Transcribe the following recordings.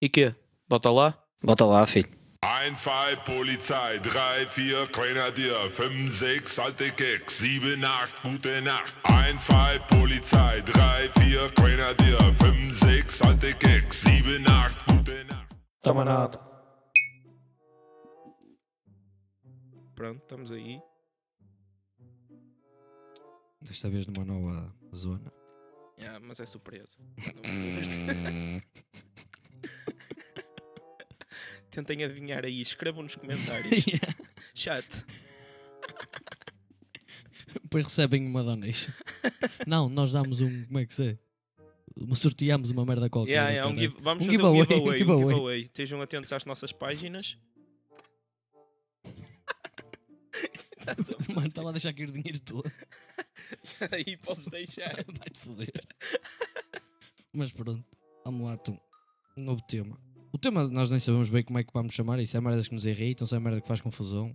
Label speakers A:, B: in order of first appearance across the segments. A: E quê? Bota lá?
B: Bota lá, filho.
C: 1, 2, Polizei, 3, 4, Grenadier, 5, 6, alte Keck, 7, 8, gute Nacht. 1, 2, Polizei, 3, 4, Grenadier, 5, 6, alte Keck, 7, 8, gute Nacht.
D: Toma nada.
A: Pronto, estamos aí.
E: Desta vez numa nova zona.
A: Ah, mas é surpresa. Hum. Tentem adivinhar aí, escrevam nos comentários. Chat.
E: Depois recebem uma donation. não, nós damos um. Como é que se é? Um- Sorteamos uma merda qualquer.
A: Yeah,
E: do
A: yeah, um
E: caralho.
A: give- vamos
E: Um
A: fazer um
E: giveaway, um
A: giveaway, um
E: giveaway.
A: giveaway. Estejam atentos às nossas páginas. Estás a
E: Mano, está lá a deixar cair o dinheiro todo.
A: fazer aí, podes deixar.
E: Vai-te foder. Mas pronto, vamos lá, tu. Um novo tema. O tema nós nem sabemos bem como é que vamos chamar. Isso é merdas que nos irritam, isso é merda que faz confusão.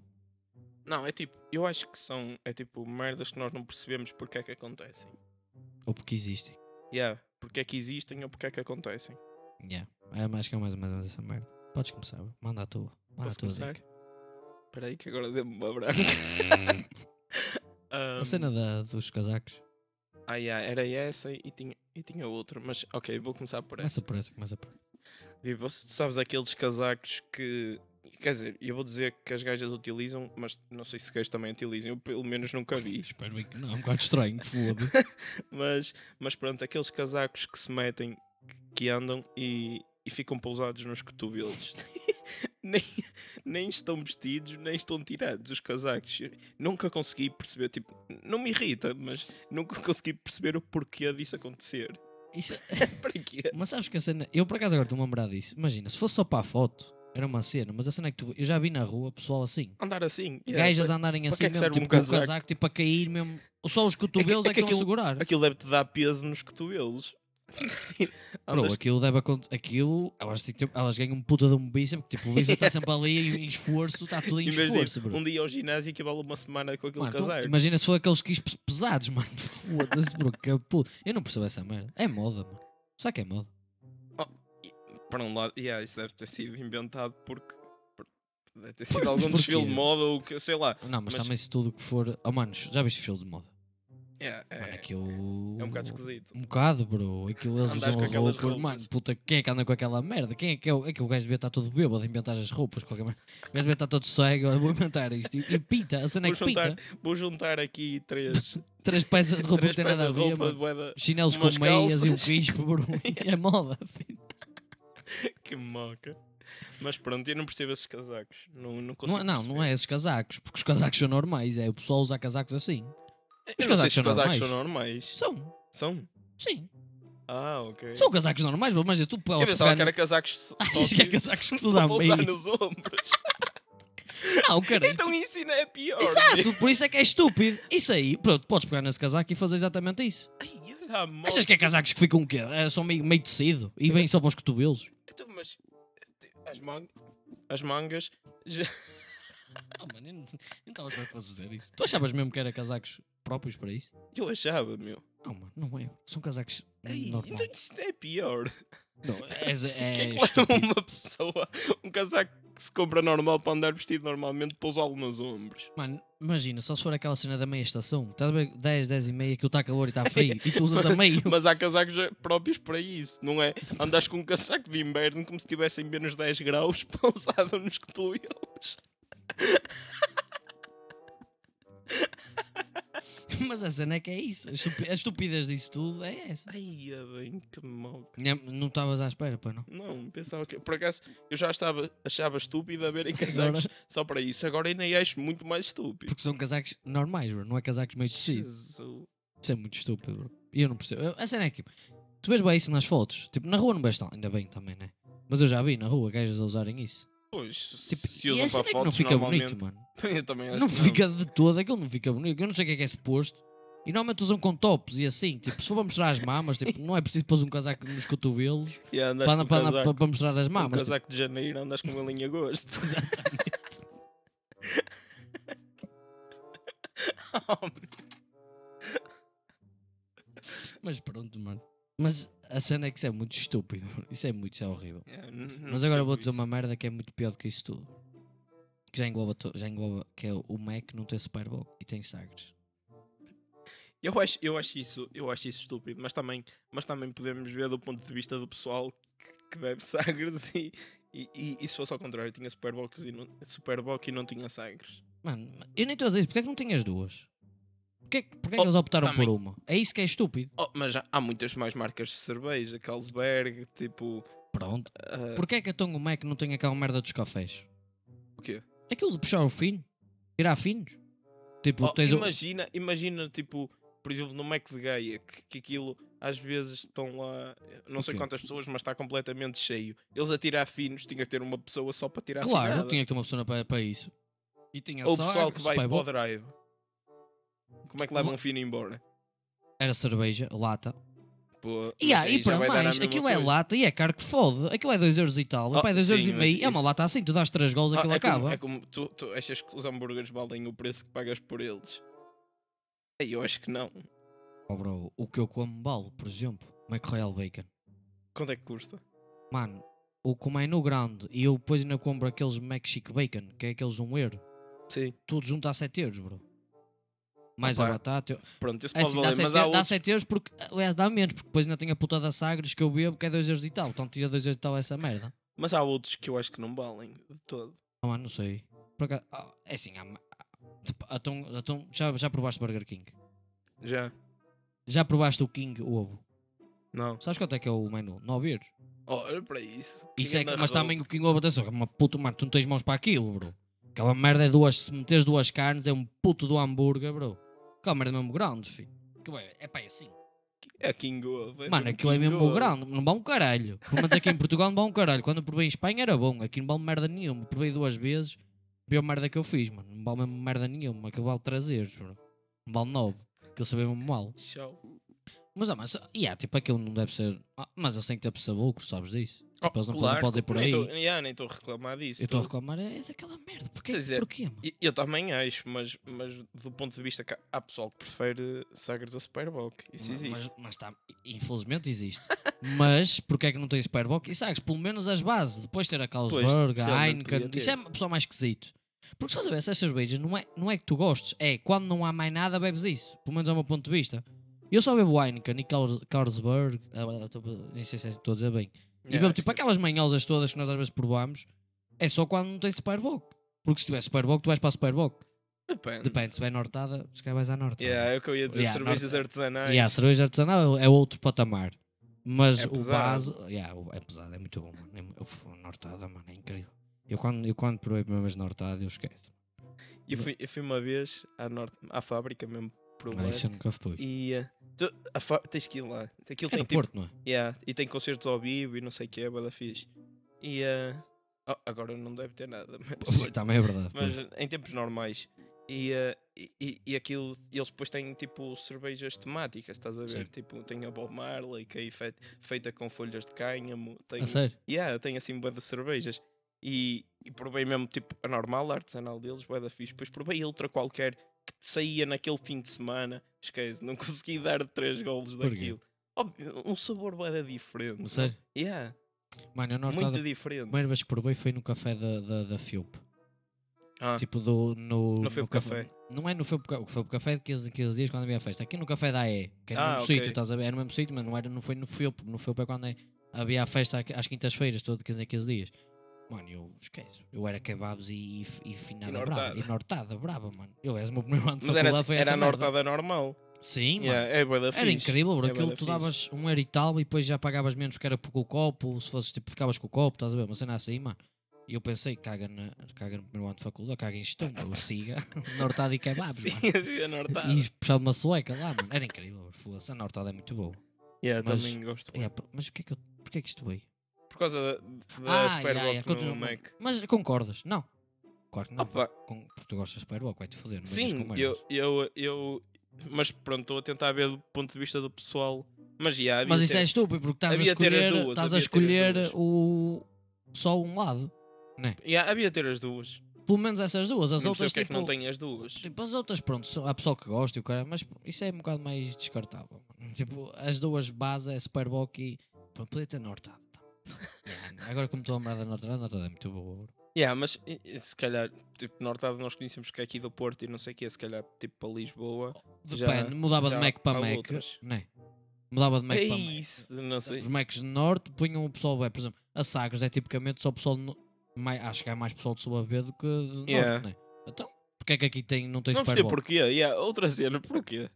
A: Não, é tipo, eu acho que são, é tipo, merdas que nós não percebemos porque é que acontecem.
E: Ou porque existem.
A: Yeah, porque é que existem ou porque é que acontecem.
E: Yeah. É, acho que é mais ou menos essa merda. Podes começar, bro. manda a tua. Manda
A: Posso
E: a tua
A: começar?
E: dica.
A: Espera aí que agora deu-me uma branca.
E: A cena da- dos casacos.
A: Ah, yeah, era essa e tinha, e tinha outra, mas ok, vou começar por
E: Começa
A: essa.
E: por essa, começa por essa.
A: Tipo, tu sabes aqueles casacos que. Quer dizer, eu vou dizer que as gajas utilizam, mas não sei se gays também utilizam, eu pelo menos nunca vi.
E: Espero bem que não, é um bocado estranho, foda-se.
A: Mas, mas pronto, aqueles casacos que se metem, que- que andam e, e ficam pousados nos cotovelos. nem, nem estão vestidos, nem estão tirados os casacos. Nunca consegui perceber, tipo, não me irrita, mas nunca consegui perceber o porquê disso acontecer.
E: Isso- é,
A: Para quê?
E: Mas sabes que a cena. Eu por acaso agora estou-me a lembrar disso. Imagina, se fosse só para a foto, era uma cena, mas a cena é que tu. Eu já vi na rua pessoal assim.
A: Andar assim. yeah,
E: Gajas
A: pa-
E: andarem
A: para
E: assim
A: que é que
E: mesmo,
A: serve um
E: tipo, com o
A: casaco?
E: casaco, tipo a cair mesmo. Só os cotovelos é
A: é que
E: que, vão
A: aquilo-
E: segurar.
A: Aquilo deve-te dar peso nos cotovelos.
E: Bro,
A: Andas-
E: aquilo deve acontecer. Aquilo, elas, têm que ter- elas ganham um puta de um bíceps, porque tipo, o bíceps está sempre ali em esforço, está tudo em
A: em vez de ir
E: esforço, bro.
A: um dia ao ginásio equivale a uma semana com aquele
E: Mano, então,
A: casaco.
E: imagina se for aqueles quis pesados, mano. Foda-se, bro, que puto. Eu não percebo essa merda. É moda, mano. Será que é moda?
A: Para um lado, yeah, isso deve ter sido inventado porque. por- Deve ter sido
E: Mas
A: algum desfile de
E: porquê?
A: moda ou que, sei lá.
E: Não, mas,
A: Mas-
E: também se tudo o que for. Oh, mano, já viste filme de moda?
A: Yeah, é,
E: Mano, aquilo.
A: é um bocado esquisito.
E: Um bocado, bro. Aquilo eles
A: Andares
E: usam
A: com
E: a
A: aquelas
E: roupa.
A: roupas.
E: Mano, puta, quem é que anda com aquela merda? Quem é que é o. É que o gajo devia estar todo bêbado a inventar as roupas. Qualquer merda. O gajo devia estar todo cego. eu Vou inventar isto. E, e pinta. A cena é
A: Vou
E: que pinta.
A: juntar, vou juntar aqui três,
E: Três peças de roupa
A: três
E: que tem nada a
A: peças de
E: ver,
A: roupa de
E: mano.
A: boeda.
E: Chinelos
A: umas
E: com meias e o
A: calças.
E: crispo, bro. É moda, filho.
A: Que moca. Mas pronto, eu não percebo esses casacos. Não, não consigo.
E: Não, é- não,
A: perceber.
E: não é esses casacos. Porque os casacos são normais. É o pessoal usar casacos assim.
A: Eu
E: Os
A: não sei
E: casacos
A: se
E: são
A: os casacos são
E: normais.
A: normais.
E: São.
A: São?
E: Sim.
A: Ah, ok.
E: São casacos normais, bro. Mas é tu
A: Eu
E: podes
A: pensava
E: pegar
A: que
E: na-
A: era casacos só tipo
E: Achas que é casacos que se usam
A: para
E: a
A: pousar
E: meio?
A: nos ombros.
E: Não, caralho.
A: Então isso ainda é pior.
E: Exato, por isso é que é estúpido. Isso aí, pronto, podes pegar nesse casaco e fazer exatamente isso.
A: Ai, olha a moca.
E: Achas que é casacos que ficam o quê? É só meio, meio tecido e vêm só para os cotovelos?
A: Então, mas te- as, man- as mangas já...
E: Não, mano, eu não estava para fazer isso. Tu achavas mesmo que era casacos próprios para isso?
A: eu achava, meu.
E: Não, mano, não é. São casacos
A: Ei, então
E: normais.
A: isso não é pior.
E: Não, é, Hum, é,
A: que é que leva
E: estúpido.
A: uma pessoa um casaco que se compra normal para andar vestido normalmente pousá-lo nos ombros?
E: Mano, imagina, só se for aquela cena da meia estação, estás a ver 10, 10 e meia que está calor e está frio e tu usas a meio.
A: Mas há casacos já próprios para isso, não é? Andas com um casaco de inverno como se tivessem menos 10 graus pousado nos cotovelos.
E: Mas a cena é que é isso. A estupi- a estupidez disso tudo é essa.
A: Ai, é bem, que moca.
E: Não- Não estavas à espera, pá, não?
A: Não, pensava que. Por acaso, eu já estava, achava estúpido a verem casacos só para isso. Agora ainda acho muito mais estúpido.
E: Porque são casacos normais, bro. Não é casacos meio tecido.
A: Jesus.
E: Isso é muito estúpido, bro. E eu não percebo. Eu- A cena é que, tipo, tu vês bem isso nas fotos. Tipo, na rua não vês tanto. Ainda bem também, né? Mas eu já vi na rua gajas a usarem isso.
A: Pois,
E: Tipo,
A: se
E: e a
A: usam
E: cena
A: para
E: é que não
A: fotos
E: fica
A: normalmente.
E: bonito, mano.
A: Eu também acho
E: Não
A: que
E: fica de todo. Aquilo não fica bonito. Eu não sei o que é que é suposto. E normalmente usam com tops e assim. Tipo, se for para mostrar as mamas, tipo, não é preciso pôr um casaco nos cotovelos
A: E andas
E: para,
A: com um
E: para-
A: casaco,
E: para- para mostrar as
A: com um
E: mamas. tipo.
A: casaco de janeiro, andas com uma linha gosto. Exatamente.
E: Mas pronto, mano. Mas a cena é que isso é muito estúpido. Isso é muito, isso é horrível.
A: É, n- não
E: Mas agora
A: percebo
E: vou dizer
A: isso.
E: uma merda que é muito pior do que isso tudo. Que já engloba, to- já engloba que é o Mac não tem Super Bowl e tem Sagres.
A: Eu acho, eu acho isso, eu acho isso estúpido, mas também, mas também podemos ver do ponto de vista do pessoal que, que bebe sagres e, e, e, e se fosse ao contrário, tinha Superbox e não, Superboc e não tinha sagres.
E: Mano, eu nem estou a dizer isso. Porquê é que não tem as duas? Porquê, é que- porquê é que
A: Oh,
E: eles optaram
A: também.
E: por uma? É isso que é estúpido.
A: Oh, mas há, há muitas mais marcas de cerveja, Carlsberg, tipo.
E: Pronto.
A: ah,
E: Porquê é que então o Mac não tem aquela merda dos cafés?
A: o quê?
E: Aquilo de puxar o fino. Tirar finos. Tipo,
A: Oh,
E: tens o...
A: imagina, imagina, tipo, por exemplo, no Mac de Gaia, que, que aquilo às vezes estão lá, não sei
E: quê?
A: quantas pessoas, mas está completamente cheio. Eles a tirar finos, tinha que ter uma pessoa só para tirar
E: Claro,
A: afinada.
E: tinha que ter uma pessoa para, para isso. E tinha
A: Ou o
E: só
A: pessoal que vai
E: Super
A: para o
E: Tipo, Bowl.
A: drive. Como é que leva um fino embora?
E: Era cerveja, lata.
A: Pô,
E: E,
A: mas
E: ah,
A: aí
E: e
A: já
E: para
A: vai dar a
E: mais,
A: mesma
E: aquilo é
A: coisa.
E: lata e é caro que fode. Aquilo é 2€ euros e tal.
A: Oh,
E: Epá, é 2€ euros
A: sim,
E: e meio.
A: mas
E: É uma
A: isso-
E: lata assim, tu dás 3 gols,
A: Ah,
E: aquilo
A: é como-
E: acaba.
A: é como tu, tu achas que os hambúrgueres valem o preço que pagas por eles? Ei, Eu acho que não.
E: Oh, bro, o que eu como balo, por exemplo, Mac Royal Bacon.
A: Quanto é que custa?
E: Mano, o que é no grande e eu depois ainda compro aqueles Mac Chic Bacon, que é aqueles de um euro.
A: Sim.
E: Tudo junto dá 7 euros, bro. Mais
A: Opa,
E: a batata. eu-
A: Pronto, isso
E: É
A: pode
E: assim, dá
A: valer,
E: 7,
A: mas há
E: dá
A: outros...
E: 7 euros porque é, dá menos, porque depois ainda tem a puta da Sagres que eu bebo que é 2 euros e tal. Então tira 2 euros e tal essa merda.
A: mas há outros que eu acho que não valem de todo.
E: Ah, mano, não sei. Por acaso, ah, é assim, há, ma- tipo, então, então, já, já provaste Burger King?
A: Já?
E: Já provaste o King Ovo?
A: Não.
E: Sabes quanto é que é o menu? 9 euros.
A: Oh, olha para isso.
E: Isso
A: Quem
E: é que-
A: anda
E: mas
A: redondo?
E: também o King of Atenção, que é uma puta mano, tu não tens mãos para aquilo, bro. Aquela merda é duas, se meteres duas carnes, é um puto do hambúrguer, bro. Aquela merda é mesmo grande, filho. Que bem, é pá, é assim.
A: É King Ovo.
E: Mano, aquilo é
A: King
E: mesmo
A: Ovo.
E: grande, não vale um caralho. Pelo menos aqui em Portugal não vale um caralho. Quando eu provei em Espanha era bom, aqui não vale merda nenhuma. Provei duas vezes, vi a merda que eu fiz, mano. Não vale mesmo merda nenhuma, aquilo vale 3 euros, bro. Não vale 9, aquilo sabia mesmo mal.
A: Tchau.
E: Mas, ah, mas, yeah, tipo, aquilo não deve ser. Ah, mas eles têm que ter pessoa, sabes disso?
A: Oh,
E: Depois não pode-
A: claro,
E: não pode ir por
A: nem
E: aí.
A: tô- yeah, nem estou a reclamar disso.
E: Eu estou a
A: tô-
E: reclamar é daquela merda. Porquê?
A: Quer dizer,
E: Porquê, mano?
A: E- Eu também acho, mas, mas do ponto de vista que há- há pessoal que prefere Sagres a Superbock. Isso
E: Mas-
A: existe.
E: Mas, mas tá- infelizmente existe. mas porquê é que não tem Superbock? E sabes, pelo menos as bases. Depois ter a Carlsberg, a
A: realmente
E: Heineken.
A: podia
E: Isso
A: ter.
E: é uma pessoa mais esquisito. Porque se estás a ver essas cervejas, não é, não é que tu gostes. É quando não há mais nada, bebes isso. Pelo menos é o meu ponto de vista. Eu só bebo Heineken e Carls- Carlsberg. ah, ah, tô- Nem sei se estou a dizer bem. E
A: Yeah,
E: bebo
A: acho
E: tipo
A: que- é.
E: aquelas manhosas todas que nós às vezes provamos. É só quando não tem Superbock. Porque se tiver Superbock, tu vais para a Superbock.
A: Depende.
E: Depende, se vai nortada, se calhar vais à norte.
A: Hum. Yeah, é o que eu ia dizer.
E: Yeah,
A: cervejas
E: norte-
A: artesanais.
E: E a cerveja artesanal é outro patamar. Mas
A: É
E: o
A: pesado.
E: base. Yeah, o- é pesado, é muito bom, mano. É mu- Uf, a nortada, mano, é incrível. Eu quando, eu quando provei a primeira vez nortada, eu esqueço.
A: Eu, fui, eu fui uma vez à, norte, à fábrica mesmo
E: Não,
A: provar.
E: isso é eu nunca fui.
A: E eh, tu- a fa- tens que ir lá. Aquilo
E: É
A: tem
E: no
A: tipo
E: Porto, não é?
A: Yeah, e tem concertos ao vivo e não sei o que, é bada fixe. E ah, oh, agora não deve ter nada, mas,
E: Também é verdade.
A: mas
E: pois.
A: em tempos normais. E, ah, e- e, e aquilo, eles depois têm tipo cervejas temáticas, estás a ver?
E: Sim.
A: Tipo, tem a Bob Marley, que é feita, feita com folhas de cânhamo, tem,
E: A sério?
A: yeah, tem assim bué de cervejas. E, e provei mesmo tipo a normal, a artesanal deles, bué da fixe. Depois provei outra qualquer que te saía naquele fim de semana. Esquece, não consegui dar três golos
E: Porquê?
A: daquilo. Óbvio, um sabor bué da diferente.
E: A sério?
A: Yeah,
E: Mano, a nortada.
A: muito
E: A
A: diferente.
E: primeira vez que provei foi no café da, da, da Fiup.
A: Ah,
E: Tipo do. No,
A: No Feupe Café.
E: Não é no Feupe Café. O Feupe Café é daqueles, daqueles dias quando havia a festa. Aqui no Café da E. Que é no
A: Ah,
E: mesmo
A: ok.
E: sítio, estás a ver? Era no mesmo sítio, mas não, era, não foi no Feupe. No Feupe é quando é- havia a festa aqui- às quintas-feiras, todo 15 em 15 dias. Mano, eu esqueço. Eu era kebabs e, e, e finada
A: E
E: brava.
A: nortada.
E: E nortada brava, mano. Eu, esse o meu primeiro ano de
A: mas era,
E: faculdade foi
A: era
E: essa
A: a
E: merda.
A: nortada normal.
E: Sim, mano.
A: Yeah, é bué da
E: Era
A: fixe.
E: incrível, bro.
A: É bué
E: Aquilo
A: da
E: tu
A: fixe.
E: davas um euro e tal e depois já pagavas menos que era com o copo, se fosses tipo, ficavas com o copo, estás a ver? Uma cena assim, mano. E eu pensei, caga, na, caga no primeiro ano de faculdade, caga em gestão, bro. Siga, nortada e kebabs,
A: Sim,
E: mano.
A: havia nortada.
E: E puxado uma sueca lá, mano. Era incrível, bro. Foda-se, a nortada é muito boa.
A: Yeah,
E: mas- é
A: também gosto. bué.
E: Yeah, pô, mas porquê que, eu, porquê que isto veio?
A: Por causa da, da
E: Ah, yeah, yeah,
A: Superbock
E: continua,
A: no
E: mano.
A: Mac.
E: Mas concordas? Não. Claro que não.
A: Opa,
E: Com- porque tu gostas de Superbowl, vai-te foder. Não venhas
A: Ah, Sim,
E: com merdas.
A: eu, eu, eu. Mas pronto, estou a tentar ver do ponto de vista do pessoal. Mas já,
E: Mas
A: havia
E: isso é
A: ter-
E: estúpido, porque estás a
A: havia ter as
E: escolher,
A: duas,
E: estás a
A: havia ter as
E: escolher
A: duas.
E: o, só um lado.
A: já, havia ter as duas.
E: Pelo menos essas duas. As
A: não sei
E: outras,
A: porque é
E: tipo,
A: que não tem as duas.
E: Tipo, as outras, pronto, são- há pessoal que gosta e o cara, mas isso é um bocado mais descartável. mano. Tipo, as duas bases é Superbock e. Pronto, podia ter Norte Agora, como estou a lembrar da Norte Norte é muito boa.
A: Yeah, mas e- e se calhar, tipo, Nortado nós conhecemos que é aqui do Porto e não sei o que é, se calhar, tipo, para Lisboa. Já-
E: Depende, mudava
A: já
E: de Mac para
A: há
E: Mac,
A: outras.
E: né? Mudava de Mac
A: é
E: para Mac.
A: isso, não sei.
E: Os Macs do Norte punham o pessoal, é, por exemplo, a Sagres é tipicamente só pessoal. No... Mai... Acho que há mais pessoal de Sul a ver do que do
A: Yeah.
E: Norte, né? Então, porque é que aqui tem, não tem
A: Não percebo
E: Superbock?
A: porquê. Yeah, outra cena, porquê?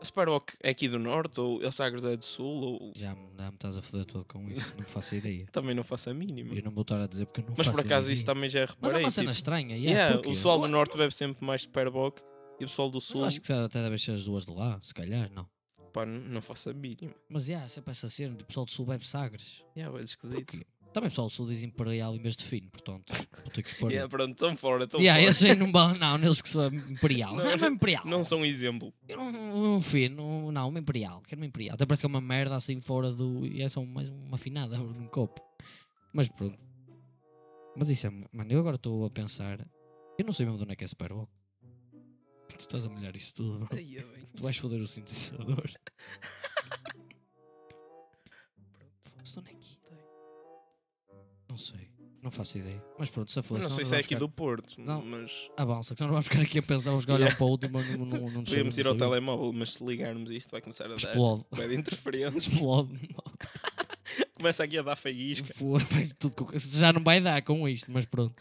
A: A Sparrock é aqui do Norte ou a Sagres é do Sul? Ou...
E: Já, me- já me estás a foder todo com isso, não faço ideia.
A: Também não faço a mínima.
E: Eu não vou estar a dizer porque eu não
A: Mas
E: faço
A: por acaso
E: ideia.
A: isso também já reparei.
E: Mas é uma cena
A: tipo,
E: estranha. Yeah,
A: yeah,
E: porquê?
A: o pessoal do
E: Eu-
A: Norte bebe sempre mais Sparrock e o pessoal do
E: Mas eu
A: Sul,
E: acho que até deve ser as duas de lá, se calhar, não.
A: pá, n- não faço a mínima.
E: Mas yeah, sempre essa cena, tipo, o pessoal do Sul bebe Sagres.
A: Yeah, é esquisito.
E: Porquê? Também o pessoal do Sul diz Imperial em vez de fino, portanto, vou ter que expor. um.
A: Yeah,
E: Yeah,
A: pronto, estão fora, estão fora.
E: esse aí não vale, não, eles que são Imperial.
A: Não,
E: Não, não é Imperial.
A: Não são exemplo.
E: Eu não, um fino, um- não, uma Imperial, quero uma Imperial. Até parece que é uma merda assim fora do. E é só mais uma afinada num copo. Mas pronto. Mas isso é. Mano, eu agora estou a pensar. Eu não sei mesmo de onde é que é Superbock. Tu estás a molhar isso tudo, bro.
A: Ai, ai.
E: Tu vais foder o sintetizador. Pronto, foda-se, onde é que é? Não sei, não faço ideia. Mas pronto, se a
A: Eu
E: foda
A: não sei se é aqui do Porto,
E: Não.
A: mas
E: Avança, Ah, que senão não vamos ficar aqui a pensar, vamos olhar um para o outro, mas não, não, não, não
A: podemos ir ao
E: sabemos.
A: telemóvel, mas se ligarmos isto vai começar a dar
E: Explode.
A: bué de interferência.
E: Explode.
A: Começa aqui a dar faísca.
E: Foda, vai tudo com- Já não vai dar com isto, mas pronto.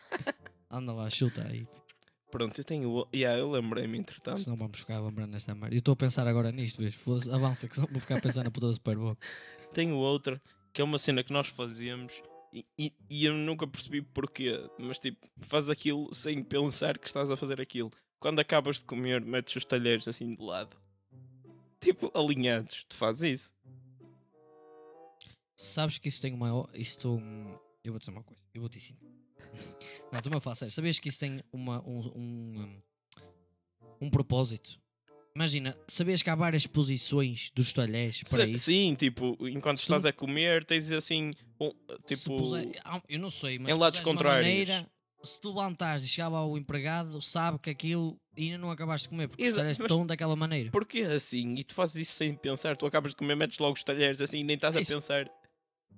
E: Anda lá, chuta aí.
A: Pronto, eu tenho. o- Yeah, eu lembrei-me, entretanto.
E: Senão vamos ficar a lembrar nesta merda. Eu estou a pensar agora nisto, vês? Foda-se, Avança, que senão vou ficar a pensar na puta da Super Bowl.
A: Tenho outra, que é uma cena que nós fazemos e, e- e eu nunca percebi porquê, mas tipo, faz aquilo sem pensar que estás a fazer aquilo. Quando acabas de comer, metes os talheres assim de lado. Tipo, alinhados. Tu fazes isso.
E: Sabes que isso tem uma. o- Isso estou. Eu vou dizer uma coisa. Eu vou te ensinar. Não, tu me falar sério. Sabias que isso tem uma, um, um, um, um propósito? Imagina, sabias que há várias posições dos talheres para
A: Se-
E: isso?
A: Sim, tipo, enquanto
E: Se-
A: estás a comer, tens assim, um,
E: Se
A: tipo,
E: puser- ah, eu não sei, mas
A: em
E: se
A: lados
E: puseres de uma
A: contrários.
E: maneira, se tu levantares e chegava ao empregado, sabe que aquilo ainda não acabaste de comer, porque
A: Exa-
E: estarás
A: mas-
E: tão daquela maneira.
A: porquê assim? E tu fazes isso sem pensar, tu acabas de comer, metes logo os talheres assim e nem estás a
E: É Isso.
A: pensar.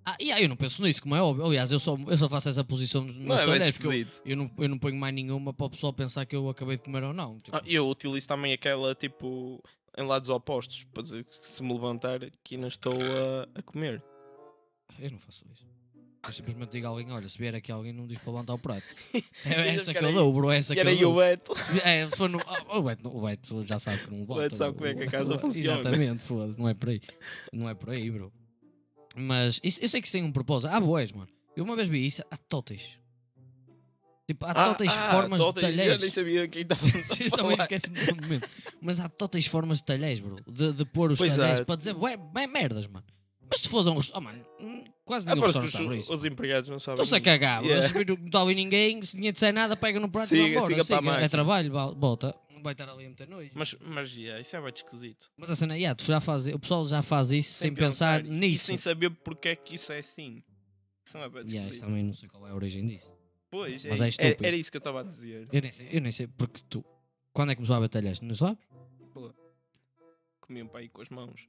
E: Ah, e aí eu não penso nisso, como é óbvio. Aliás, eu só, eu só faço essa posição nos
A: Não é bem
E: talheres, porque eu,
A: esquisito.
E: eu não, eu não ponho mais nenhuma para o pessoal pensar que eu acabei de comer ou não. tipo.
A: Ah, eu utilizo também aquela tipo em lados opostos para dizer que se me levantar que ainda estou a, a comer.
E: eu não faço isso. Eu simplesmente digo a alguém, olha, se vier aqui alguém não diz para levantar o prato. É essa que
A: Era
E: eu
A: aí-
E: dou, bro, é essa
A: E
E: que
A: era
E: eu
A: aí o
E: dou.
A: Beto.
E: Se vi- É, se for no- ah, o, Beto, o Beto já sabe que não levanta.
A: Beto sabe
E: bro.
A: como é que a casa funciona.
E: Exatamente, foda-se, não é por aí. Não é por aí, bro. Mas isso- eu sei que isso tem um propósito. Há boés, mano. Eu uma vez vi isso, há tóteis. Tipo, há
A: Ah,
E: tóteis formas
A: tóteis,
E: de
A: Eu nem
E: talheres. Então,
A: sabia quem estávamos
E: Eu
A: a
E: também
A: falar.
E: esqueci-me é um do momento. Mas há tóteis formas de talheres, bro. De, de pôr os
A: Pois
E: talheres
A: há.
E: para dizer, ué, bem merdas, mano. Mas se fosse um restaurante, oh, mano, hum, quase nenhum
A: Aposto que
E: restaurante
A: Ah, os,
E: sabe isso.
A: os empregados não sabem.
E: Estou-se a
A: disso.
E: cagar, bro.
A: Yeah.
E: Se vir que não está ali ninguém, se ninguém disser nada, pega no prato
A: Siga,
E: e vai
A: siga
E: embora.
A: para a máquina.
E: é trabalho, val- bota. Não vai estar ali a meter nojo. Mas,
A: Mas, mas yeah, isso é bem esquisito.
E: a cena, yeah, tu já faz, o pessoal já faz isso sem, pensar,
A: e- E
E: nisso.
A: sem saber porque é que isso é assim. Isso não é bem
E: Yeah, isso
A: esquisito.
E: também não sei qual é a origem disso.
A: Pois, é
E: Mas é
A: isso- era,
E: estúpido.
A: era isso que eu estava a dizer.
E: Eu nem sei, eu nem sei porque tu. Quando é que começou a batalhar? Não sabes?
A: Comiam para aí com as mãos.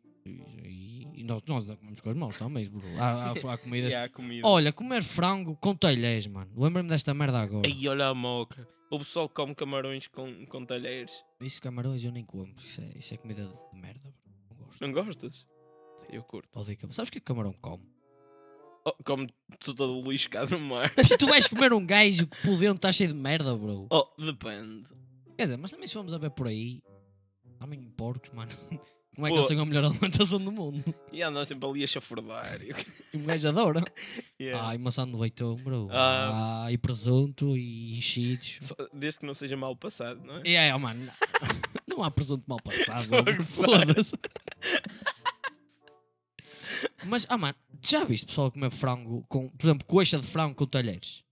E: E, e nós, nós não comemos com as mãos também, bro. Há, há, há comidas.
A: E há comida.
E: Olha, comer frango com telhés, mano. Lembra-me desta merda agora.
A: Aí olha a moca. O pessoal que come camarões com, com talheres.
E: Isso camarões eu nem como. Isso é, isso é comida de merda, bro. Não gosto.
A: Não gostas? Eu curto.
E: Odeio camarão. Sabes o que é que camarão come?
A: Oh, como tudo todo lixo cá no mar.
E: Se tu vais comer um gajo que por dentro está cheio de merda, bro.
A: Oh, depende.
E: Quer dizer, mas também se vamos a ver por aí. Há meio porcos, mano. Não é
A: Pô.
E: que eles tenham a melhor alimentação do mundo.
A: E andam sempre ali a chafurdar.
E: E um gajo adora.
A: Yeah.
E: Ai, maçã de leitão, bro.
A: Ah.
E: Ah. e presunto e enchidos.
A: Só- desde que não seja mal passado, não é?
E: E aí, oh, mano. Não há presunto mal passado,
A: Estou a gozar.
E: mano. Foda-se. Mas, ah, mano, já viste pessoal comer frango com, por exemplo, coxa de frango com talheres?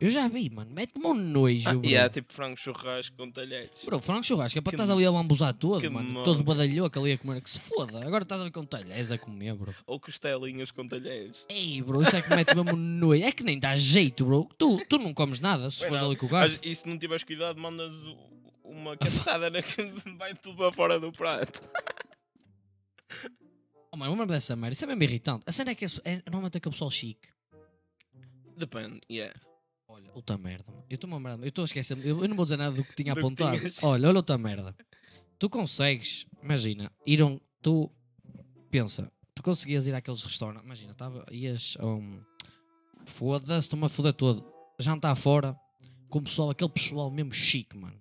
E: Eu já vi, mano. Mete-me um nojo,
A: Ah,
E: bro.
A: e há tipo frango churrasco com talheres.
E: Bro, frango churrasco é para
A: Que
E: estás
A: mo-
E: ali a lambuzar todo,
A: que
E: mano.
A: mo-
E: Todo badalhoco ali a comer. Que se foda. Agora estás ali com talheres a comer, bro.
A: Ou costelinhas com talheres.
E: Ei, bro, isso é que mete mesmo nojo. É que nem dá jeito, bro. Tu, tu não comes nada se
A: Bem,
E: fores
A: não.
E: ali com o gajo.
A: Mas, e se não tiveres cuidado, mandas u- uma cacetada na que vai tudo para fora do prato.
E: Oh, mano, lembra dessa merda. Isso é mesmo irritante. A cena é que esse- é, normalmente aquele pessoal chique.
A: Depende, yeah.
E: Olha, outra merda. mano. Eu estou uma merda. Eu estou a esquecer. Eu, eu não vou dizer nada do que tinha
A: Do que
E: apontado.
A: tinhas.
E: Olha, olha outra merda. Tu consegues, imagina, ir a um. Tu. Pensa, tu conseguias ir àqueles restaurantes. Imagina, tava, ias a um. Foda-se, estou-me a foder todo. Jantar fora com o pessoal, aquele pessoal mesmo chique, mano.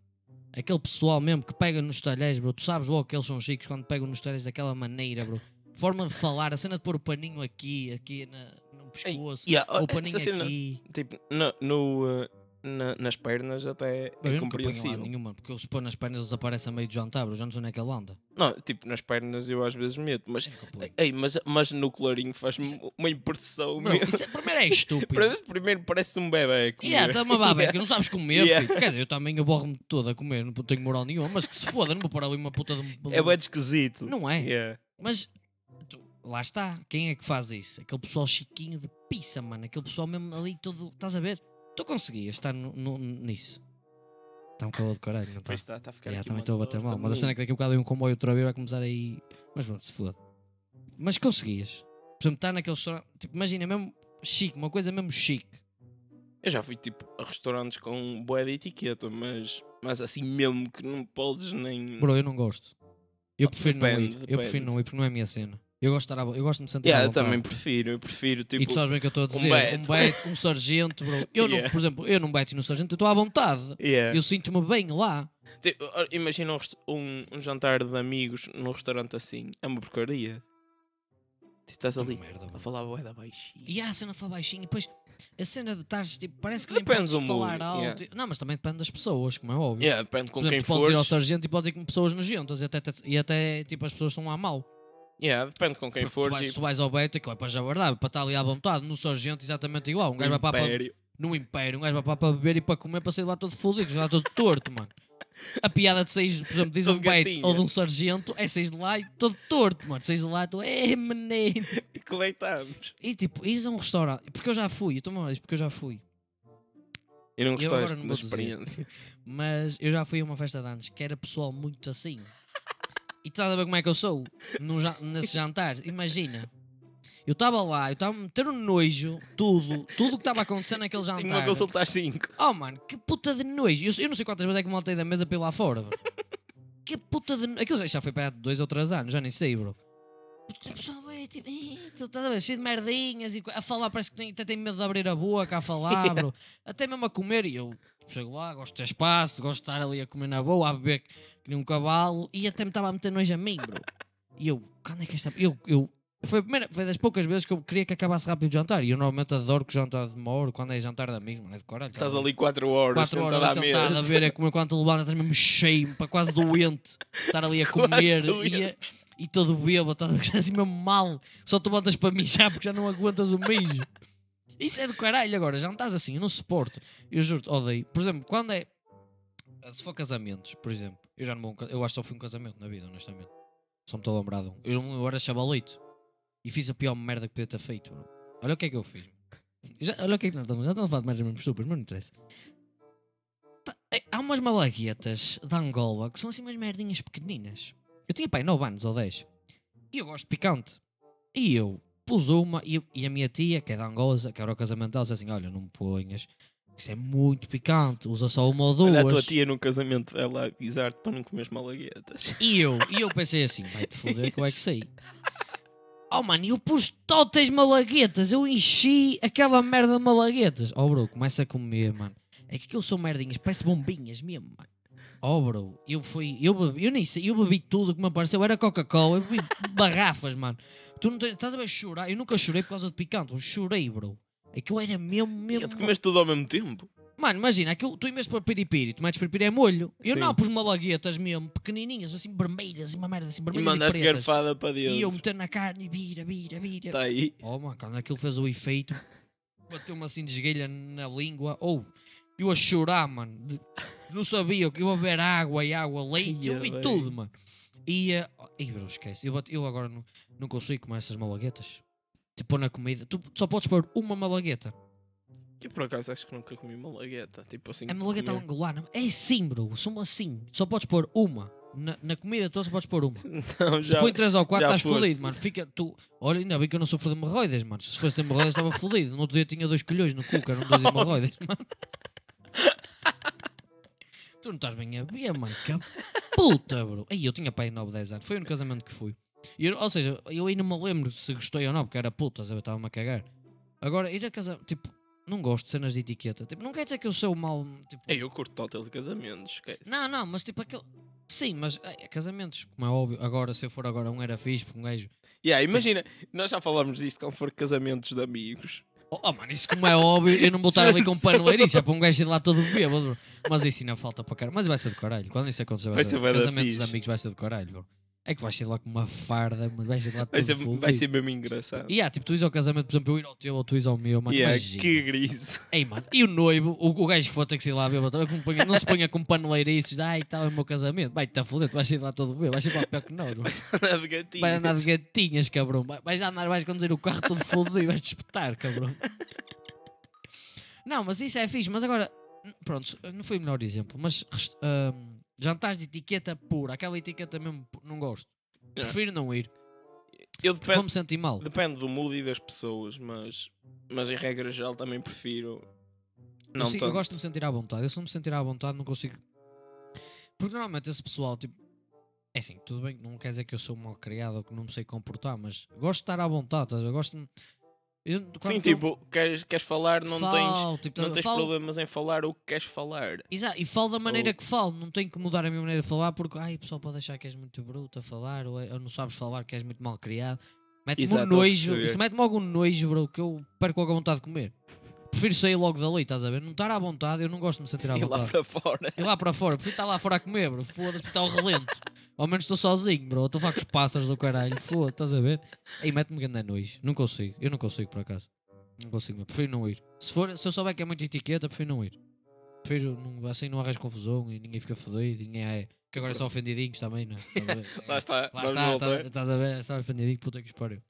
E: Aquele pessoal mesmo que pega nos talheres, bro. Tu sabes logo que eles são chiques quando pegam nos talheres daquela maneira, bro. Forma de falar, a cena de pôr o paninho aqui, aqui na- no pescoço,
A: yeah,
E: ou
A: essa
E: o oh, paninho
A: cena-
E: aqui.
A: Tipo, no, no, uh, na- nas pernas até é
E: Bem, eu nunca ponho lá
A: compreensível.
E: nenhuma, porque eu se pôr nas pernas eles aparecem a meio de jantar, bro. Eu já não é sou naquela onda.
A: Não, tipo, nas pernas eu às vezes meto, mas,
E: Nunca é ponho.
A: ei, mas, mas no colarinho faz-me um, uma impressão.
E: Bro,
A: mesmo.
E: é- isso é, primeiro é estúpido.
A: Parece- Primeiro parece um bebê. a comer.
E: Yeah, tá uma babeca, não sabes comer,
A: Yeah.
E: filho. Quer dizer, eu também aborro-me todo a comer, não tenho moral nenhuma, mas que se foda, não vou pôr ali uma puta de um.
A: É bem esquisito.
E: Não é?
A: Yeah.
E: Mas tu- lá está, quem é que faz isso? Aquele pessoal chiquinho de pizza, mano. Aquele pessoal mesmo ali todo. Estás a ver? Tu conseguias estar no- no- nisso. Está um calor de caralho, não está?
A: Pois está, está a ficar
E: Yeah,
A: aqui
E: também
A: uma
E: estou a bater
A: dor
E: mal. Mas a
A: também.
E: cena é que daqui a bocado vem um comboio outra vez vai começar aí. Mas pronto, se foda. Mas conseguias. Por exemplo, estar naquele restaurante. Tipo, imagina, mesmo chique, uma coisa mesmo chique.
A: Eu já fui tipo a restaurantes com boé de etiqueta, mas, mas assim mesmo que não podes nem.
E: Bro, eu não gosto. Eu prefiro não
A: Hum. Ah, depende,
E: ir. Eu prefiro
A: depende.
E: não ir porque não é a minha cena. Eu gosto de, estar à vo- eu gosto de me sentir à
A: Yeah, eu
E: vontade.
A: também prefiro, eu prefiro tipo.
E: E tu sabes bem o que eu estou a dizer. Um
A: bet.
E: bet, um, sargento, bro. Eu não,
A: Yeah.
E: por exemplo, eu não beto no sargento, eu estou à vontade.
A: Yeah.
E: Eu sinto-me bem lá.
A: Tipo, ora, imagina um, rest- um, um jantar de amigos num restaurante assim. É uma porcaria. Tu estás ali
E: É Merda,
A: a
E: mano.
A: falar boé da baixinha.
E: E há a cena de falar baixinho, e depois a cena de estar tipo, parece que nem
A: Depende
E: podes
A: do mood,
E: falar alto.
A: yeah.
E: Não, mas também depende das pessoas, como é óbvio.
A: Yeah, depende com
E: Por exemplo,
A: quem
E: tu podes ir ao
A: fores.
E: sargento e podes ir com pessoas nojentas e até, até- e até tipo, as pessoas estão lá mal.
A: Yeah, depende com quem
E: Porque tu
A: fores.
E: vais, um
A: e
E: tu vais ao Beto e que vai para Jabardá, para estar ali à vontade, no sargento exatamente igual. Um gajo vai para, para
A: império.
E: no Império, um gajo vai para, para beber e para comer para sair de lá todo fodido, lá todo torto, mano. A piada de sair, por exemplo, diz
A: Todo
E: um Beto
A: gatinho.
E: ou de um sargento, é sair de lá e todo torto, mano. Saís de lá e tu, é menino.
A: Como é que estamos?
E: E tipo, isso é um restaurante, porque eu já fui, eu estou a dizer porque eu já fui.
A: E não
E: Eu agora
A: gostaste da
E: não vou dizer.
A: experiência.
E: Mas eu já fui a uma festa de anos que era pessoal muito assim. E tu estás a ver como é que eu sou no ja- nesses jantares? Imagina. Eu estava lá, eu estava a meter um nojo, tudo, tudo o que estava acontecendo naquele
A: Tenho uma
E: jantar.
A: consulta às 5.
E: Oh mano, que puta de nojo. Eu, eu não sei quantas vezes é que me maltei da mesa pela lá fora, bro. Que puta de nojo. Aquilo já- já foi para há dois ou três anos, já nem sei, bro. Porque o pessoal é tipo, "Ih, tu estás a ver, cheio de merdinhas e co- a falar, parece que tem, até tem medo de abrir a boca a falar, bro. Até mesmo a comer e eu chego lá, gosto de ter espaço, gosto de estar ali a comer na boa, a beber que nem um cavalo e até me estava a meter nojo a mim, bro. E eu, quando é que esta. Eu, eu, foi, a primeira, foi das poucas vezes que eu queria que acabasse rápido o jantar. E eu normalmente adoro que o jantar demore quando é jantar da mesma, não é de caralho.
A: Estás ali 4 horas
E: 4
A: sentada
E: horas
A: à
E: sentada a
A: mesa.
E: ver é a comer quando levanta, estás mesmo cheio, pá, quase doente, estar ali a
A: Quase
E: comer e, a-
A: doente.
E: e todo bêbado, estás assim mesmo mal, só tu botas para mijar porque já não aguentas o mijo. Isso é do caralho agora, já não estás assim, eu não suporto. Eu juro-te, odeio. Por exemplo, quando é. Se for casamentos, por exemplo, eu já não vou. a um ca- Eu acho que só fui a um casamento na vida, honestamente. Só me estou a lembrar de um. Eu, não- eu era chabalito e fiz a pior merda que podia ter feito, bro. Olha o que é que eu fiz. Já, olha o que é que nós estamos. Já estamos a falar de merdas mesmo estúpidas, mas não interessa. Tá- é, há umas malaguetas de Angola que são assim umas merdinhas pequeninas. Eu tinha pai 9 anos ou 10. E eu gosto de picante. E eu pus uma e, eu- e a minha tia, que é de Angola, que era o casamento dela, disse assim: Olha, não me ponhas. Isso é muito picante. Usa só uma ou duas.
A: Olha a tua tia no casamento dela a avisar-te para não comeres malaguetas.
E: E eu, e eu pensei assim, vai-te foder, como é que sei? Oh mano, eu pus totas malaguetas, eu enchi aquela merda de malaguetas. Oh bro, começa a comer, mano. É que aquilo são merdinhas, parece bombinhas mesmo, mano. Oh bro, eu fui, eu bebi, eu nem sei, eu bebi tudo que me apareceu, era Coca-Cola, eu bebi barrafas, mano. Tu não tens, estás a ver chorar? Eu nunca chorei por causa de picante, eu chorei, bro. Aquilo era mesmo,
A: E
E: mesmo.
A: tu comeste tudo ao mesmo tempo.
E: Mano, imagina, aquilo, tu em vez de pôr piripiri, tu metes piripiri é molho. Eu
A: Sim.
E: não, pus malaguetas mesmo, pequenininhas, assim vermelhas, assim, uma merda assim,
A: E
E: vermelhas e,
A: mandaste
E: pretas.
A: garfada para dentro. Tá.
E: E eu meter na carne e vira, vira, vira.
A: Está aí.
E: Oh, mano, quando aquilo fez o efeito, Bateu-me assim de esguelha na língua. Ou eu a chorar, mano. de- não sabia o que eu a beber água e água, leite
A: Ia
E: eu e
A: bem.
E: tudo, mano. E, eh, e bro, esquece. Eu, bate- eu agora não, não consigo comer essas malaguetas. Tipo, na comida. Tu só podes pôr uma malagueta.
A: Eu por acaso acho que nunca comi malagueta. Tipo assim.
E: A malagueta
A: comer.
E: angolana é assim, bro. São assim. Só podes pôr uma. Na, na comida toda só podes pôr uma.
A: Não,
E: Se
A: então, já.
E: põe 3 ou 4,
A: já
E: estás
A: foste.
E: fodido, mano. Fica, tu, olha, ainda bem que eu não sofro de hemorroidas, mano. Se fosse de hemorroidas, estava fodido. No outro dia tinha dois colhões no cu, que eram dois hemorroidas, mano. tu não estás bem a ver, mano. Que puta, bro. Aí eu tinha pai 9, 10 anos. Foi no casamento que fui. E eu- ou seja, eu aí não me lembro se gostei ou não, porque era puta, sabe? Eu estava-me a cagar. Agora, ir a casar, tipo, não gosto de cenas de etiqueta. Tipo, não quer dizer que eu sou mal. Tipo,
A: Ei, eu curto total de casamentos, esquece.
E: não, não, mas tipo aquele. Sim, mas ai, é casamentos, como é óbvio. Agora, se eu for agora, um era fixe, porque um gajo.
A: Yeah, imagina, nós já falámos disto quando for casamentos de amigos.
E: Oh, oh, mano, isso como é óbvio, eu não vou estar ali com um
A: Jesus.
E: pano isso é para um gajo ir lá todo bêbado. bro. Mas isso ainda falta para caralho. Mas vai ser do caralho. Quando isso acontecer, vai,
A: Vai
E: ser
A: ser bué da
E: Casamentos de
A: fixe.
E: amigos vai ser do caralho, bro. É que vais ser lá com uma farda, mas vais ser lá todo
A: Vai ser,
E: fodido.
A: vai ser mesmo engraçado.
E: E há, tipo, tu ires ao casamento, por exemplo, eu ir ao teu ou tu ires ao meu, mano.
A: Yeah,
E: imagina.
A: que griso.
E: Ei, mano, e o noivo, o, o gajo que for ter que sair lá bêbado, também não ponha- não se ponha com um panoleirices, ai tal, é o meu casamento. Vai-te a foder, tu vais sair lá todo bêbado, vais ser lá pior que nós, bro.
A: Nada de gatinho.
E: Vai andar de gatinhas, cabrão. Vai- Vais andar, vais conduzir o carro todo fodido e vais te espetar, cabrão. Não, mas isso é fixe. Mas agora, n- pronto, não foi o melhor exemplo. Mas rest- ahm, jantares de etiqueta pura, aquela etiqueta mesmo, pu- não gosto.
A: É.
E: Prefiro não ir,
A: Eu
E: porque vou
A: dependo,
E: me sentir mal.
A: depende do mood e das pessoas, mas, mas em regra geral também prefiro.
E: Eu
A: Não
E: sei- eu,
A: tanto.
E: gosto de me sentir à vontade. Eu se não me sentir à vontade, não consigo. Porque normalmente esse pessoal, tipo. É assim, tudo bem, não quer dizer que eu sou mal criado ou que não me sei comportar, mas gosto de estar à vontade, estás a ver? Eu gosto de. Eu, quando
A: Sim,
E: estou-
A: tipo, queres, queres falar, não tens,
E: Falo, tipo,
A: não tens
E: falo-
A: problemas em falar o que queres falar.
E: Exato, e falo da maneira
A: Ou-
E: que falo, não tenho que mudar a minha maneira de falar porque ai, o pessoal pode achar que és muito bruto a falar ou, é- ou não sabes falar que és muito mal criado. Mete-me
A: Exato,
E: um
A: ao
E: nojo,
A: perceber.
E: isso mete-me algum nojo, bro, que eu perco logo a vontade de comer. Prefiro sair logo dali, estás a ver? Não estar à vontade, eu não gosto de me sentir Tá à
A: E lá
E: vontade.
A: para fora.
E: E lá para fora, prefiro estar lá fora a comer, bro, foda-se, porque está ao relento. Ao menos estou sozinho, bro, estou a falar com os pássaros do caralho, foda-se, estás a ver? Aí mete-me grande nojo, não consigo, eu não consigo por acaso. Não consigo, prefiro não ir. Se, for, se eu souber que é muita etiqueta, prefiro não ir. Prefiro, não, assim não arranjo confusão e ninguém fica fodido, ninguém é. Que agora são ofendidinhos também, não é? Estás a ver? É,
A: Lá está,
E: Lá
A: vamos
E: está,
A: voltar.
E: estás, estás a ver? É só ofendidinho, puta que os pariu.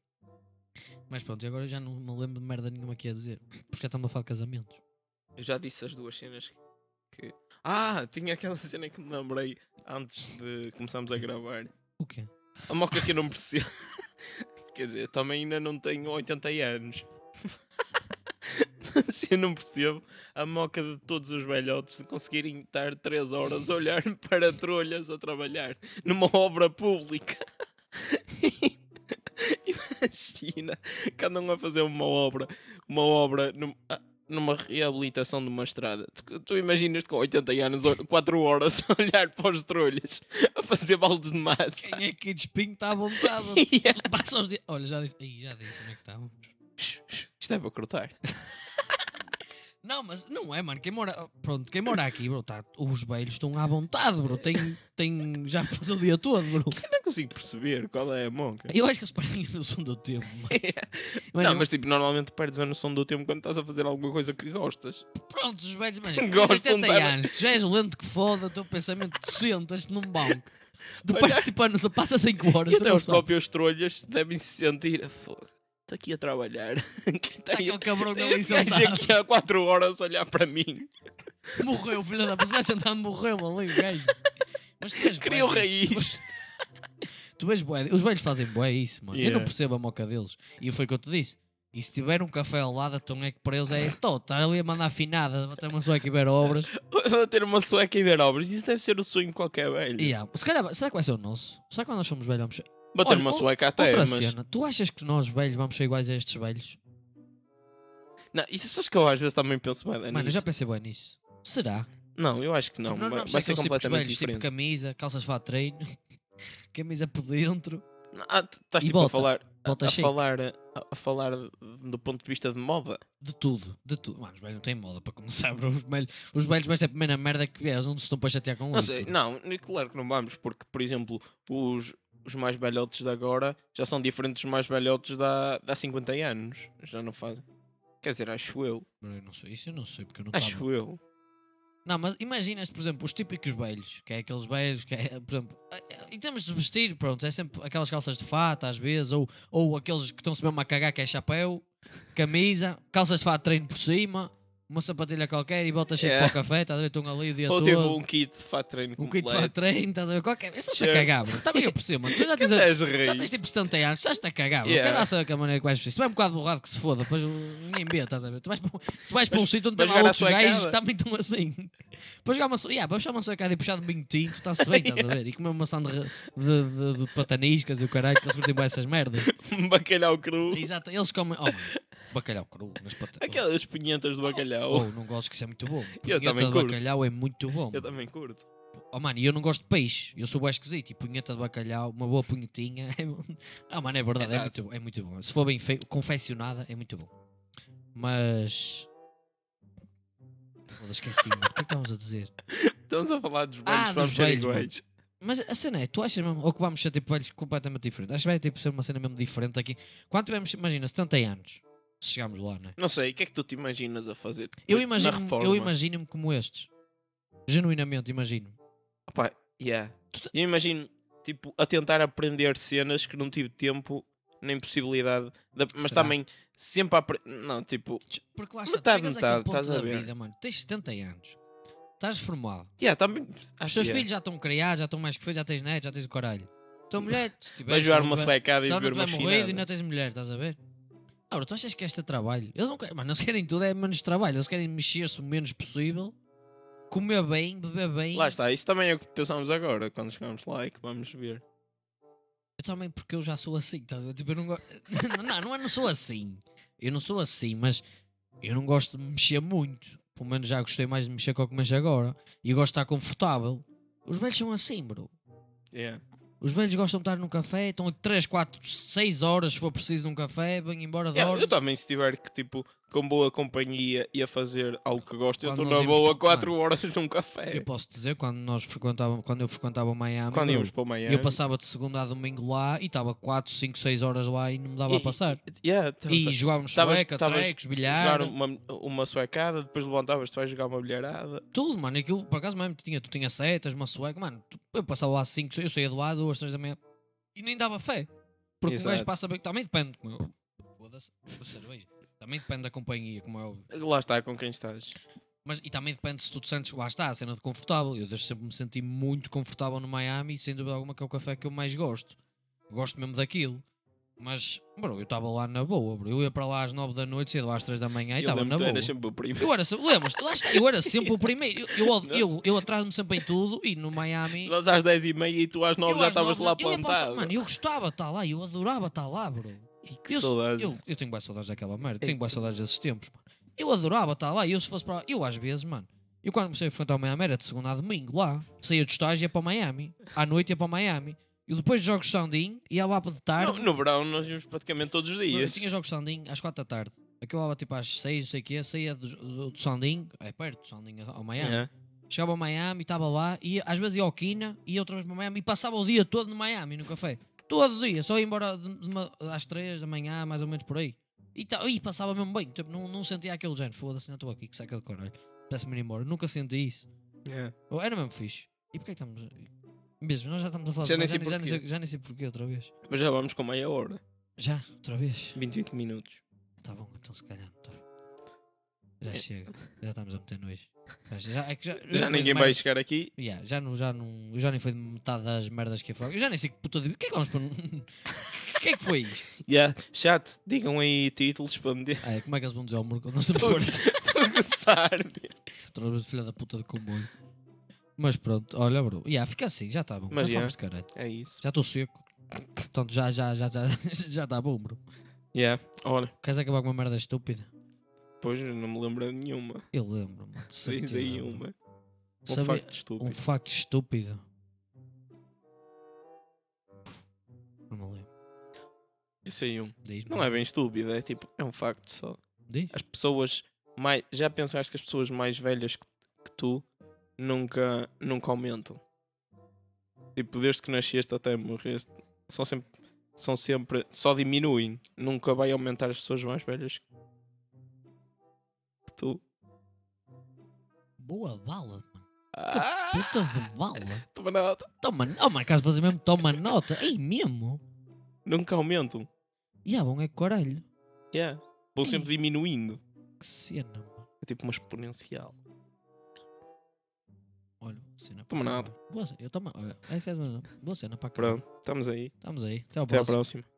E: Mas pronto, e agora eu já não me lembro de merda nenhuma aqui a dizer, porque já estamos a falar de casamentos.
A: Eu já disse as duas cenas que. Ah, tinha aquela cena que me lembrei antes de começarmos a gravar.
E: O quê?
A: A moca que eu não percebo. Quer dizer, eu também ainda não tenho 80 anos. Mas eu não percebo a moca de todos os velhotes de conseguirem estar 3 horas a olhar para trolhas a trabalhar numa obra pública. Imagina que andam a fazer uma obra, uma obra num- ah, numa reabilitação de uma estrada. Tu, tu imaginas com 80 anos, 4 horas a olhar para os trolhas a fazer baldes de massa.
E: Quem é que despinho está à vontade?
A: Yeah.
E: Passa os dias. Olha, já disse. Aí, já disse onde é que estávamos.
A: Shh, shh, Isto é para cortar.
E: Não, mas não é, mano. Quem mora, pronto, quem mora aqui, bro, tá, os velhos estão à vontade, bro. Tem, tem, já passou o dia todo, bro.
A: Eu não consigo perceber qual é a monca.
E: Eu acho que eles perdem a noção do tempo, mano. Mas
A: não,
E: eu-
A: mas tipo, normalmente perdes a noção do tempo quando estás a fazer alguma coisa que gostas.
E: Pronto, os velhos, mano.
A: Gostam
E: Gostam 70
A: de-
E: anos, tu já és lento que foda, o teu pensamento, tu sentas-te num banco. Tu
A: Olha-
E: participando, só passa 5 horas,
A: E
E: tu
A: até
E: não
A: os
E: sabes.
A: próprios trolhas devem se sentir. "Ah, Fogo, estou aqui a trabalhar. Está
E: Está aquele Tá cabrão ali
A: este É um gajo
E: sentado.
A: aqui há 4 horas a olhar para mim.
E: Morreu, filho da puta. Se vai sentar, morreu ali o gajo. Mas tu és
A: Criou
E: bué disso.
A: raiz.
E: Tu vês bué, os velhos fazem bué isso, mano. Eu não
A: Yeah.
E: percebo a moca deles. E foi o que eu te disse. E se tiver um café ao lado, então é que para eles é estou, estar ali a mandar afinada, bater uma sua aqui ver obras.
A: Vou ter uma sueca e ver obras. Isso deve ser o sonho de qualquer velho.
E: E, ah, se calhar, será que vai ser o nosso? Será que quando nós somos velhos vamos ser-
A: Bater
E: Olha,
A: uma
E: ou-
A: sueca até,
E: Outra
A: mas.
E: cena, tu achas que nós velhos vamos ser iguais a estes velhos?
A: Não, isso sabes que eu às vezes também penso bem
E: Mano, eu já pensei bem nisso. Será?
A: Não, eu acho que É não.
E: Tipo, nós
A: vai
E: vamos
A: vai ser
E: aqueles típicos
A: completamente
E: velhos,
A: diferente.
E: Tipo camisa, calças de fato de treino, camisa por dentro,
A: Ah, tu estás
E: E
A: tipo
E: bota.
A: a falar. a-
E: Bota
A: a,
E: chique.
A: falar a, a falar do ponto de vista de moda.
E: de tudo, de tudo. Mano, os velhos não têm moda para começar, bro. Os velhos, os velhos vai ser a primeira merda que vês, não se estão para chatear com
A: Não
E: eles.
A: sei,
E: mano.
A: não, n- claro que não vamos, porque, por exemplo, os, os mais velhotes de agora já são diferentes dos mais velhotes de há, de há 50 anos. Já não fazem. Quer dizer, acho eu.
E: Bro, eu não sei isso, eu não sei porque eu não estava.
A: Acho eu.
E: Não, mas imaginas, por exemplo, os típicos velhos, que é aqueles velhos que é, por exemplo, em termos de vestir, pronto, é sempre aquelas calças de fato, às vezes, ou, ou aqueles que estão-se mesmo a cagar, que é chapéu, camisa, calças de fato, treino por cima, uma sapatilha qualquer e botas cheio
A: Yeah.
E: para o café, estás a ver? Estão ali o dia
A: É. Ou teve
E: todo.
A: um kit de fato de treino
E: Um
A: completo.
E: kit de treino, estás a ver? Qualquer. Eu Estás-te a
A: Certo.
E: cagar, bro. Também eu percebo, mano. Tu já tens,
A: és
E: já
A: rei.
E: tens tipo 70 anos, estás-te a cagar, bro.
A: Yeah.
E: Cada saber que a maneira que vais vestir. Se vai um bocado borrado que se foda, depois um, ninguém vê, estás a ver? Tu vais, para um- tu vais para um sítio onde
A: vais jogar à
E: tem lá outros
A: sua
E: gajos
A: cara.
E: que também estão assim. Para jogar uma. so- Yeah, para puxar uma sacada e puxar de vinho tinto, está-se bem, estás a ver? E comer uma maçã de, re- de, de, de pataniscas e o caralho, que eles curtem bem essas merdas.
A: Um bacalhau cru.
E: tipo- Exato, eles comem. Oh, mano, bacalhau cru, nas pataniscas.
A: Aquelas punhetas de bacalhau.
E: Oh, não gosto que isso é muito bom. Punheta
A: também
E: de
A: curto.
E: bacalhau é muito bom.
A: Eu também curto.
E: Oh mano, e eu não gosto de peixe, eu sou bué esquisito, e punheta de bacalhau, uma boa punhetinha. é bom. ah mano, é verdade, é,
A: É
E: muito
A: doce.
E: bom, é muito bom. Se for bem feito, confeccionada, é muito bom. Mas. Foda, esqueci-me, o que é que estávamos a dizer?
A: Estamos a falar dos velhos,
E: Ah,
A: vamos
E: dos
A: ser
E: velhos,
A: iguais.
E: Mas a cena é, tu achas mesmo, ou que vamos ser tipo velhos completamente diferentes? Acho que vai tipo, ser uma cena mesmo diferente aqui. Quando tivermos, imagina, 70 anos, se chegarmos lá, não é?
A: Não sei, o que é que tu te imaginas a fazer depois
E: Eu
A: na
E: imagino-me
A: reforma?
E: eu imagino como estes. Genuinamente, imagino.
A: Opa, yeah.
E: Tu te-
A: Eu imagino, tipo, a tentar aprender cenas que não tive tempo nem possibilidade. de- Mas
E: Será?
A: também sempre a aprender. Não, tipo,
E: Porque lá está, tu
A: Metade,
E: chegas
A: metade,
E: àquele ponto
A: estás a
E: da
A: ver.
E: vida, mano, tens 70 anos, estás formado.
A: yeah, também.
E: Os
A: acho
E: teus
A: que é.
E: filhos já estão criados, já estão mais que filhos, já tens neto, já tens o caralho. Tua mulher, se tiveres.
A: Vai jogar
E: se não
A: uma
E: tiver-
A: suecada e
E: se ela
A: beber
E: não
A: uma
E: tiver morrido e
A: chinada.
E: não tens mulher, estás a ver? Agora, tu achas que este é trabalho? Eles não querem, mano, eles querem tudo, é menos trabalho. Eles querem mexer-se o menos possível, comer bem, beber bem.
A: Lá está, isso também é o que pensamos agora, quando chegamos lá e que vamos ver.
E: Eu também, porque eu já sou assim, estás a ver? Tipo, eu não gosto. não, não, é não sou assim. Eu não sou assim, mas eu não gosto de me mexer muito. Pelo menos já gostei mais de mexer com o que mexo agora. E eu gosto de estar confortável. Os velhos são assim, bro.
A: Yeah.
E: Os velhos gostam de estar num café, estão 3, 4, 6 horas se for preciso num café, vêm embora,
A: Yeah,
E: dormem.
A: eu também, se tiver que, tipo, com boa companhia e a fazer algo que gosto, eu
E: Quando
A: estou
E: nós
A: na
E: íamos
A: boa
E: para-
A: 4 horas num café.
E: Eu posso dizer, quando, nós frequentávamos, quando eu frequentava Miami,
A: Quando
E: bro,
A: íamos para o Miami.
E: eu passava de segunda a domingo lá e estava 4, 5, 6 horas lá e não me dava a
A: E-
E: passar.
A: Yeah, tá-
E: E,
A: tá-
E: jogávamos
A: Estavas-
E: sueca,
A: estavas
E: trecos,
A: jogar um
E: bilhar,
A: uma, uma suecada, depois levantavas, tu vais jogar uma bilharada.
E: tudo, mano. Aquilo, por acaso, mesmo, tinha, tu tinha setas, uma sueca, mano. tu- eu passava lá 5, eu saía de lá 2, 3 da manhã e nem dava fé. Porque um gajo
A: Exato.
E: passa bem, também depende, como eu. Foda-se, cerveja. Também depende da companhia, como é óbvio.
A: Lá está com quem estás.
E: Mas, e também depende se tu te sentes, lá está, a cena de confortável. Eu desde sempre me senti muito confortável no Miami e sem dúvida alguma que é o café que eu mais gosto. Gosto mesmo daquilo. Mas, bro, eu estava lá na boa, bro. Eu ia para lá às 9 da noite, saía de lá às 3 da manhã e
A: eu
E: estava
A: lembro-me,
E: na
A: tu
E: boa.
A: eras sempre o primo.
E: Eu era, se- lembras, lá está, eu era sempre o primeiro. Eu, eu, od- eu, eu atraso-me sempre em tudo e no Miami.
A: Nós às 10h30 e tu às 9
E: eu
A: já
E: às nove
A: estavas lá
E: eu ia para o sa-
A: plantado.
E: Mano, eu gostava de estar lá, eu adorava estar lá, bro.
A: E que
E: eu,
A: saudades.
E: Eu, eu tenho boas saudades daquela merda,
A: Ei.
E: tenho boas saudades desses tempos, mano. Eu adorava estar lá, eu se fosse para lá, eu às vezes, mano, eu quando comecei a enfrentar o Miami era de segunda a domingo lá, saía do estágio e ia para o Miami, à noite ia para o Miami, e depois de jogos de soundinho ia lá para de
A: No,
E: tarde,
A: no verão nós íamos praticamente todos os
E: eu
A: dias.
E: tinha jogos de soundinho às quatro da tarde, acabava tipo às seis, não sei o quê, saía do, do, do soundinho, é perto do soundinho ao Miami,
A: Yeah.
E: chegava ao Miami, estava lá, e às vezes ia ao Quina, ia outra vez para Miami e passava o dia todo no Miami, no café. Todo dia, só ia embora de- de uma- às 3 da manhã, mais ou menos por aí. E, ta- e passava mesmo bem, tipo, não, não sentia aquele género, foda-se, não estou aqui, que saca de caralho, peço-me ir embora, nunca senti isso.
A: Yeah.
E: Ou era mesmo fixe. E porquê que estamos. Mesmo, nós já estamos a falar
A: Já
E: de-
A: nem
E: já,
A: sei
E: já, nem sei,
A: porquê.
E: já nem sei porquê outra vez.
A: Mas já vamos com meia hora.
E: Já, outra vez.
A: 28 minutos.
E: Tá bom, então se calhar não tá. Já
A: É.
E: chega, já estamos a meter nojo. Já, já, é que já,
A: Já
E: foi
A: ninguém
E: demais.
A: vai chegar aqui.
E: Yeah, já não, já não, eu já nem foi de metade das merdas que eu falo. Eu já nem sei que puta de. O que é que vamos para. um- O que é que foi isto?
A: Yeah. Chat, digam aí títulos para me dizer.
E: Ah, é, como é que eles vão dizer ao muro quando nós estamos a
A: Estou a começar.
E: pôr filha da puta de comboio? Mas pronto, olha, bro. Yeah, fica assim, já está bom.
A: Mas
E: já
A: yeah.
E: fomos de caralho.
A: É isso.
E: Já estou seco. Portanto, já está já, já, já, já tá bom, bro.
A: Yeah. Olha,
E: Queres acabar com uma merda estúpida?
A: pois eu não me lembro de nenhuma.
E: Eu lembro, mano. de
A: Tens
E: certeza,
A: aí
E: bro.
A: uma. Um
E: Sabe-
A: facto estúpido.
E: Um facto estúpido. Não me lembro.
A: Eu sei um.
E: Diz-me.
A: Não é bem estúpido, é tipo, é um facto só.
E: Diz?
A: as pessoas mais. Já pensaste que as pessoas mais velhas que, que tu nunca, nunca aumentam? Tipo, desde que nasceste até morreste, são sempre, são sempre. Só diminuem. Nunca vai aumentar as pessoas mais velhas.
E: boa bala, mano.
A: Ah,
E: Puta de bala.
A: toma nota.
E: Toma, oh my God, fazer mesmo, toma nota. Ei, mesmo?
A: Nunca aumentam.
E: E yeah, bom é que caralho.
A: Yeah. Vão
E: Ei.
A: sempre diminuindo.
E: Que cena, mano.
A: É tipo uma exponencial.
E: Olha, cena.
A: Toma
E: para
A: nada.
E: caralho. Boa cena, eu toma, olha, essa é a mesma. Boa cena para caralho.
A: Pronto, estamos aí.
E: Estamos aí. Até ao
A: Até à
E: próximo.
A: próxima.